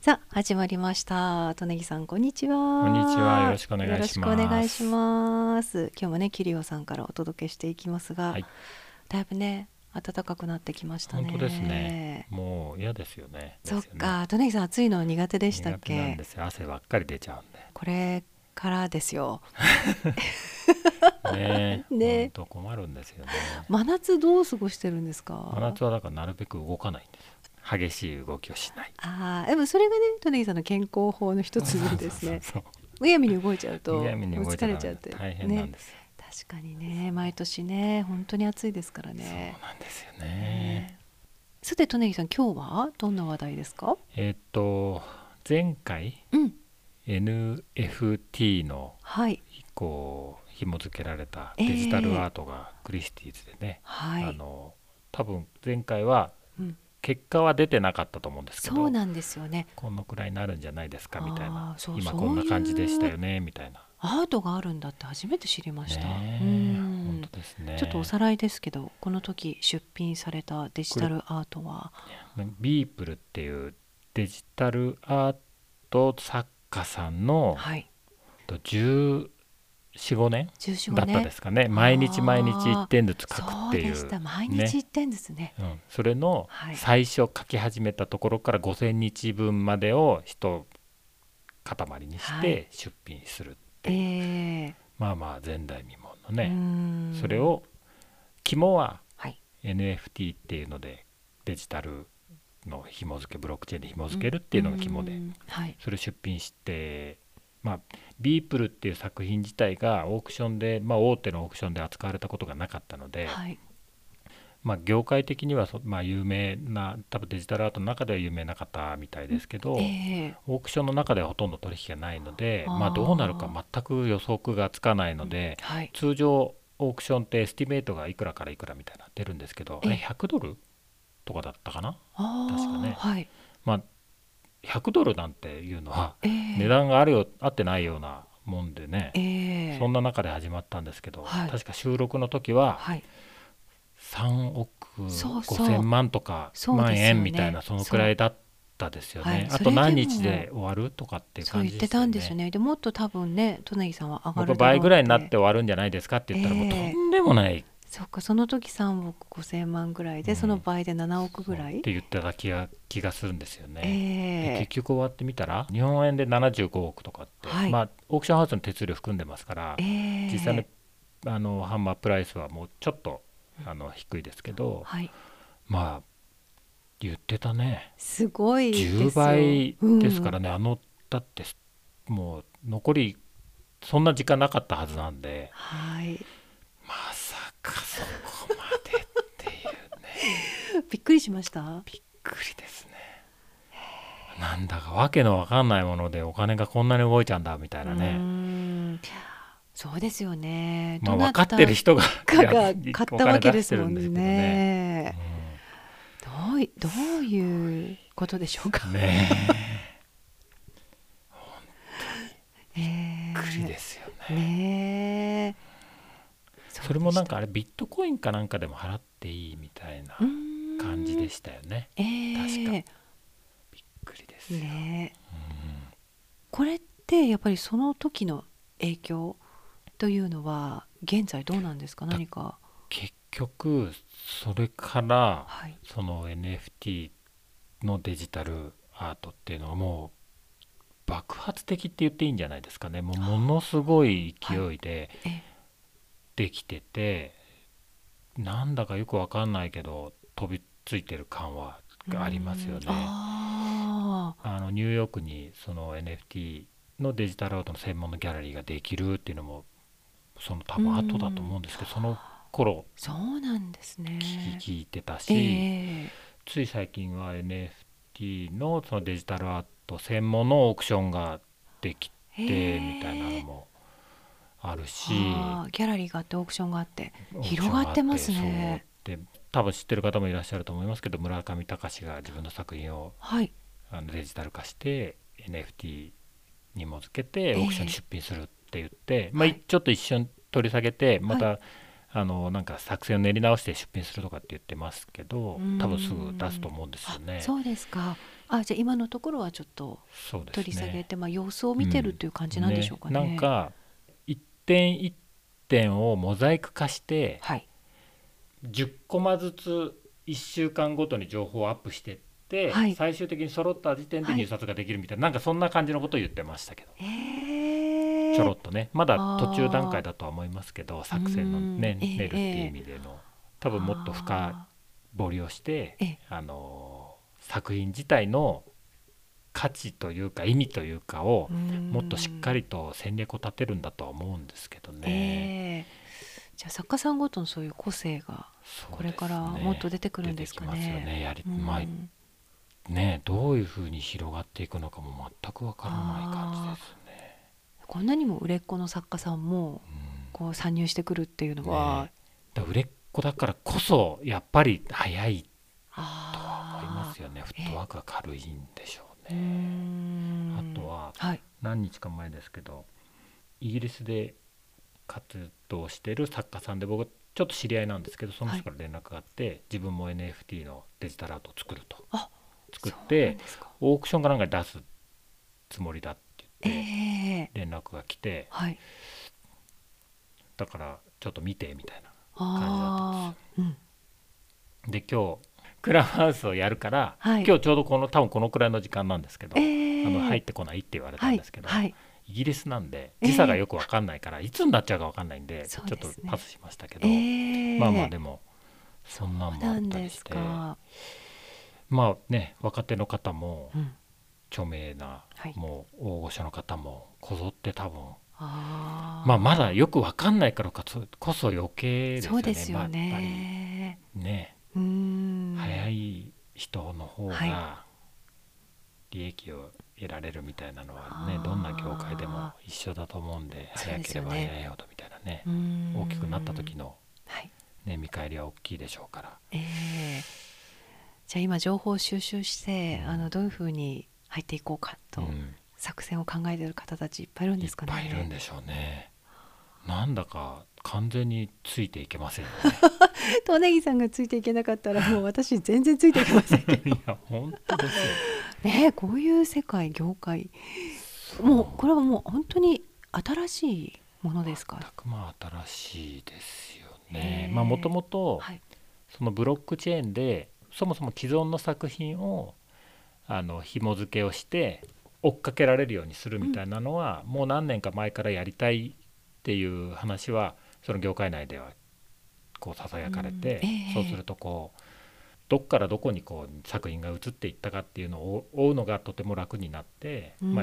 さあ始まりました。とねぎさんこんにちは。ここんにちは。よろしくお願いしまよす。ろしくお願いします。今日もねキリオさんからお届けしていきますが、はいだいぶね暖かくなってきましたね。本当ですね。もう嫌ですよね。そっですよね。か、とねぎさん暑いの苦手でしたっ苦手なんけで？すよ。汗ばっかり出ちゃうんで。これからですよ。ねえ。 ねほんと困るんですよね。真夏どう過ごしてるんですか？真夏はだからなるべく動かないんです。激しい動きをしない。。ああ、でもそれがね、とねぎさんの健康法の一つですね そうむやみに動いちゃうそう。と、むやみにもう動い疲れてちゃって、大変なんね。ですよ。確かにね、毎年ね、本当に暑いですからそうね。なんですよねね。さて、とねぎさん、今日はどんな話題ですか？えーっと前回うん、 NFT のはい、こう紐付けられたデジタルアートがクリスティーズでね。はあい、の多分前回はうん、結果は出てなかったと思うんですけそどうなんですよね。このくらいになるんじゃないですかみたいなあーそう今そうこんな感じでしたいよねみたいなアートがあるんだって初めて知りました。ねえうん本当ですねちょっとおさらいですけど、この時出品されたデジタルアートは、ビープルっていうデジタルアート作家さんのはい、 1415年重視後だったねで。すかね毎日毎日1点ずつ書くそっうていでうした。毎日行ってんですね。うん、それのはい最初書き始めたところから5,000日分までを一塊にしはいて出品する、ええまあまあ前代未聞のうね、んそれを肝ははい NFT っていうのでデジタルの紐付けブロックチェーンで紐付けるっていうのが肝で、うんはい、それを出品してまあビープルっていう作品自体がオークションで、まあ、大手のオークションで扱われたことがなかったので、はい、まあ、業界的にはそ、まあ、有名な多分デジタルアートの中では有名な方みたいですけど、ええオークションの中ではほとんど取引がないのでまああ、ーどうなるか全く予測がつかないので、はい、通常オークションってエスティメートがいくらからいくらみたいな出るんですけど、あれええ100ドルとかだったかな、あー確かねはい、まあ、100ドルなんていうのはええ値段があるよ合ってないようなもんでね、ええそんな中で始まったんですけど、はい確か収録の時は、はい、 3億そうそう5,000万とかそうですよ万ね円みたいなそのくらいだったですよねはいあそれでとも何日で終わるとかっていうそう感言っじてですたよんねですよね。でもっと多分ね、都ぎさんは上が僕るだろう倍ぐらいになって終わるんじゃないですかって言ったらもうええとんでもないそっか、その時3億5千万ぐらいで、うんその倍で7億ぐらっい。て言ってた気が気がするんですよね、でええ結局終わってみたら日本円で75億とかって、はいまあ、オークションハウスの手数料含んでますからええ実際のあのハンマープライスはもうちょっとあの低いですけど、はい、まあ言ってたね。すごいですよ。 10倍ですからね。ね、あのだってもう残りそんな時間なかったはずなんではい、まさかそこまでっていうねびっくりしました。びっくりですねなんだかわけのわかんないものでお金がこんなに動いちゃうんだみたいなうーね、んそうですよね。まあ、どな分かってる人がかがや買ったわけですもんお金出してるですけどね。うんどういどういうことでしょうか。ねええびっくりですよねねえそれもなんかあれビットコインかなんかでも払っていいみたいな感感じでしたよねええ確びっくりですよ、ねえうんこれってやっぱりその時の影響というのは現在どうなんですかだ何か結局それからはいその NFT のデジタルアートっていうのはもう爆発的って言っていいんじゃないですかねもうものすごい勢いでええできてて、なんだかよくわかんないけど飛びついてる感はありますよねうん。あああのニューヨークにその NFT のデジタルアートの専門のギャラリーができるっていうのもその多分後だと思うんですけど、その頃そうなんですね聞き聞いてたし。ええつい最近は NFT のそのデジタルアート専門のオークションができえてえみたいなのもあるし、ああギャラリーがあってオークションがあってオークション広がってますねそうで多分知ってる方もいらっしゃると思いますけど村上隆が自分の作品をはいあのデジタル化して NFT にも付けてオークションに出品するって言って、まあ、はいいちょっと一瞬取り下げてまた、あのなんか作戦を練り直して出品するとかって言ってますけど多分すぐ出すと思うんですよあね。そうですかあじゃあ今のところはちょっとそうですね取り下げて、まあ、様子を見てるという感じなんでしょうかね。なんか一点一点をモザイク化してはい、 10コマずつ1週間ごとに情報をアップしてって、はい最終的に揃った時点で入札ができるみたいな、なんかそんな感じのことを言ってましたけど、えー、ちょろっとねまだあー途中段階だとは思いますけど作戦のねうんええ練るっていう意味での、多分もっと深あ掘りをしてーえあのー作品自体の価値というか意味というかを、もっとしっかり、りと戦略を立てるんだとは思うんですけどえね。ーじゃあ作家さんごとのそういう個性がそうこれからですねもっと出てくるんですかね。出てきますよね。やり、うんまあねどういうふうに広がっていくのかも全くわからない感じですね。こんなにも売れっ子の作家さんもうんこう参入してくるっていうのは、ねだから売れっ子だからこそやっぱり早いとは思いあまーすよね。フットワークが軽いんでしょううーね。んあとははい何日か前ですけどイギリスで活動してる作家さんで僕ちょっと知り合いなんですけどその人から連絡があって、自分も NFT のデジタルアートを作るとあ作っそうなてんですかオークションかなんかに出すつもりだってえ言ってえ連絡が来て、はいだからちょっと見てみたいなああうんで今日クラブハウスをやるから、はい今日ちょうどこの多分このくらいの時間なんですけど、ええあの入ってこないって言われたんですけど、はいはいイギリスなんでええ時差がよくわかんないから、いつになっちゃうかわかんないんでそうですねちょっとパスしましたけど、ええまあまあでもそんなんそうもあなっんたでりしすてか、まあね若手の方もうん、著名な、はいもう大御所の方もこぞって多分あーまあまだよくわかんないからこそこそ余計ですよそねうですよまあやっね、ぱりね、うーん早い人の方はが利益を得られるみたいなのはね、あーどんな業界でも一緒だと思うんでそう早でけすれよばね早いほどみたいなねうーん大きくなった時の、はいね、見返りは大きいでしょうから。ええじゃあ今情報を収集してあのどういうふうに入っていこうかと、うん作戦を考えてる方たちいっぱいいるんですかねいっぱいいるんでしょうねなんだか完全についていけませんよとねぎさんがついていけなかった らもう私全然ついていけませんねいや本当ですよね えこういう世界業界もうこれはもう本当に新しいものですか全くまあ新しいですよへねえまあもともとはいそのブロックチェーンでそもそも既存の作品をあの紐付けをして追っかけられるようにするみたいなのは、もう何年か前からやりたいっていう話はその業界内ではこうささやかれて、うんええそうするとこうどっからどこにこう作品が移っていったかっていうのを追うのがとても楽になって、うーん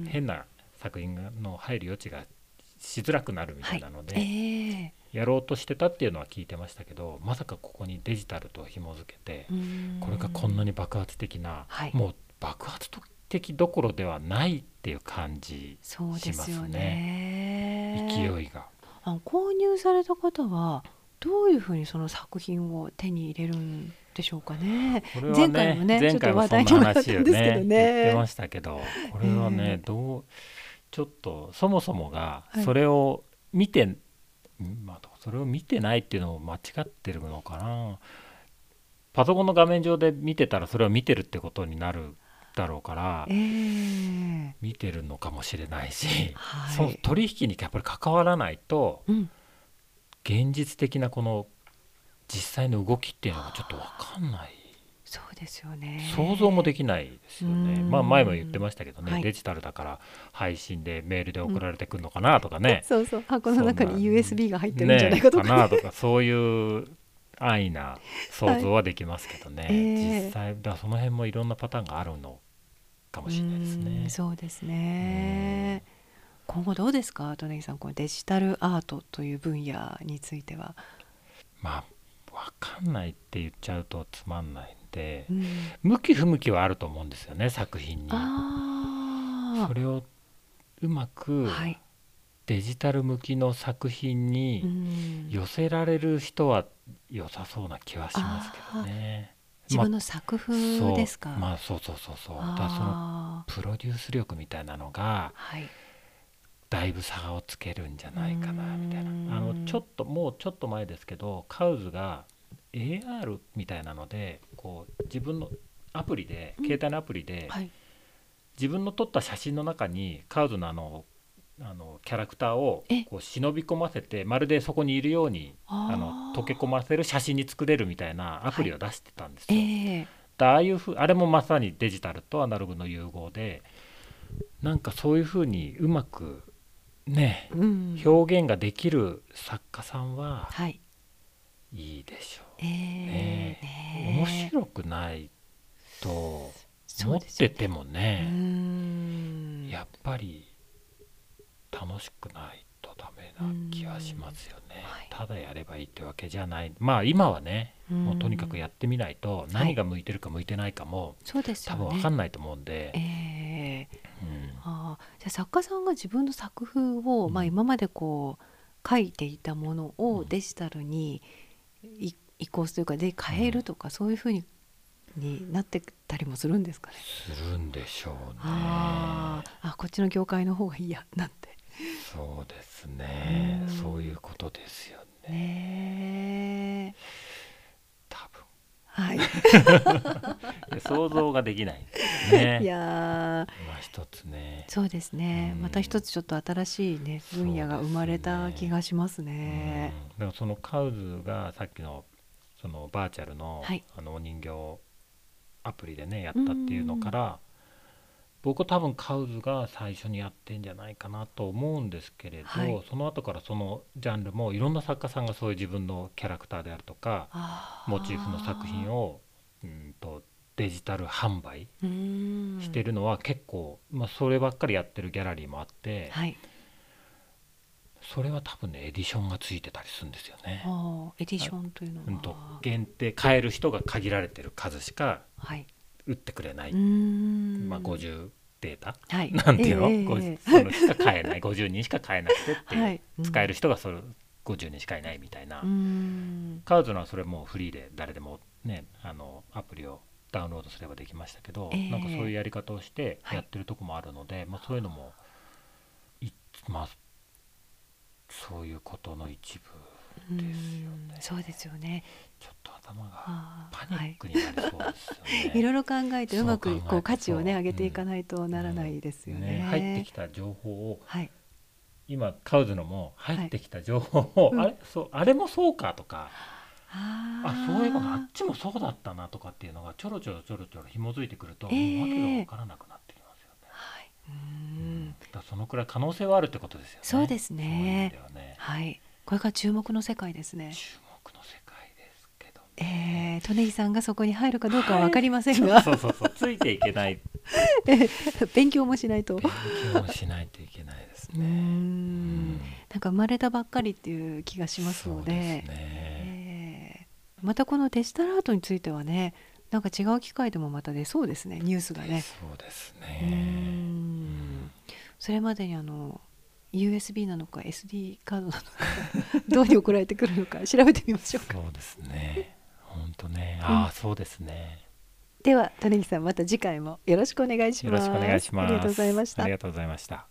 まあ、変な作品がの入る余地がしづらくなるみたいなので、はいえやろうとしてたっていうのは聞いてましたけどまさかここにデジタルと紐づけてえうーんこれがこんなに爆発的な、はいもう爆発的どころではないっていう感じそうですよしますね勢いがあの購入された方はどういうふうにその作品を手に入れるんでしょうかね。これは前ね回もね前回もちそょっと話題んにもななったんですけ話をどねね言ってましたけどこれはね、ええどうちょっとそもそもがはいそれを見て、うんまあ、それを見てないっていうのも間違ってるのかなパソコンの画面上で見てたらそれを見てるってことになるだろうからええ見てるのかもしれないし、はいその取引にやっぱり関わらないとうん、現実的なこの実際の動きっていうのがちょっと分かんない、そうですよね。想像もできないですよね、うんまあ前も言ってましたけどね、はいデジタルだから配信でメールで送られてくるのかなとかね、そうそう箱の中そんなに USB が入ってるんじゃないかとか,、ねなとかそういう安易な想像はできますけどね、はいええ実際だからその辺もいろんなパターンがあるのかもしれないですうねん。そうですね。今後どうですか、とねぎさん、このデジタルアートという分野については。まあ分かんないって言っちゃうとつまんないんで、うん、向き不向きはあると思うんですよね作品に。あそれをうまあ、くはい、デジタル向きの作品に、うん寄せられる人は良さそうな気はしますけどね。自分の作風ですか。まあ、そうまあそうそうそうそうだからそのあプロデュース力みたいなのがあはい、だいぶ差をつけるんじゃないかなみたいなうんあのちょっともうちょっと前ですけどカウズが AR みたいなのでこう自分のアプリで、うん携帯のアプリで、はい自分の撮った写真の中にカードのあのあのキャラクターをえこう忍び込ませてまるでそこにいるようにあの溶け込ませる写真に作れるみたいなアプリを出してたんですよ。ええだああいうふうあれもまさにデジタルとアナログの融合でなんかそういうふうにうまくねうん表現ができる作家さんははいいいでしょう。ええねねえ面白くないとそ持うっですよてねてもうーねんやっぱり楽しくないとダメな気はしますよね、はいただやればいいってわけじゃないまあ今はねもうとにかくやってみないと何が向いてるか向いてないかもそうです多よ分ねわかんないと思うんで、ええうんああじゃあ作家さんが自分の作風を、うんまあ、今までこう書いていたものうをんデジタルにい移行するというかで変えるとか、そういうふうにになってたりもするんですかね。するんでしょうあねーあこっちの業界の方がいいやなんて。そうですねうんそういうことですよねねえ多分はい、いや 想像ができないね いやーまあ一つねそうですね、うんまた一つちょっと新しいね分野が生まれた気がしますね。うんでもそのカウズがさっきのそのバーチャルの,、はいあのお人形アプリでねやったっていうのから僕は多分カウズが最初にやってんじゃないかなと思うんですけれど、はいその後からそのジャンルもいろんな作家さんがそういう自分のキャラクターであるとかあモチーフの作品ををうんとデジタル販売してる、るのは結構、まあ、そればっかりやってるギャラリーもあって、はいそれは多分ねエディションがついてたりするんですよね。ああエディションというのは、うんと限定買える人が限られてる数しかはい、売ってくれなうい、ーんまあ、50データはいなんていうの、ええ50ええそのしか買えない50人しか買えなくてっていう、はいうん使える人がそれ50人しかいないみたいな、うーんカーズのはそれもうフリーで誰でもねあのアプリをダウンロードすればできましたけど、ええなんかそういうやり方をしてはいやってるとこもあるので、まあ、そういうのもいまあそういうことの一部うーんですよねそうですよねちょっと頭があパあニはッいクになりそうですよね。いろいろ考えてそううま考えくてこう価値をねそう上げていかないとならないですよね。入ってきた情報をはい今カウズのも入ってきた情報はを、いうんあれそうあれもそうかとかああそういえばあっちもそうだったなとかっていうのがちょろちょろちょろちょろ紐づいてくると、ええもう訳が分からなくなってきますよね。はいうーうんんだからそのくらい可能性はあるってことですよね。そうですねそういう意味ではねはいこれが注目の世界ですね。注目の世界ですけど、えー、トネギさんがそこに入るかどうかは分かりませんそうが、そうそう そうついていけない勉強もしないと。う勉強をしないといけないですーね。うんんなんか生まれたばっかりっていう気がしますのでそうですね。えーまたこのデジタルアートについてはねなんか違う機会でもまた出そうですねニュースがね。そうですうーね。んそれまでにあの USB なのか SD カードなのか どうに送られてくるのか調べてみましょうか。そうですね。本当ね。ああ、そうですね。では、トネギさんまた次回もよろしくお願いしよまろす。しくお願いします。ありがとうございましたあり。がとうございました。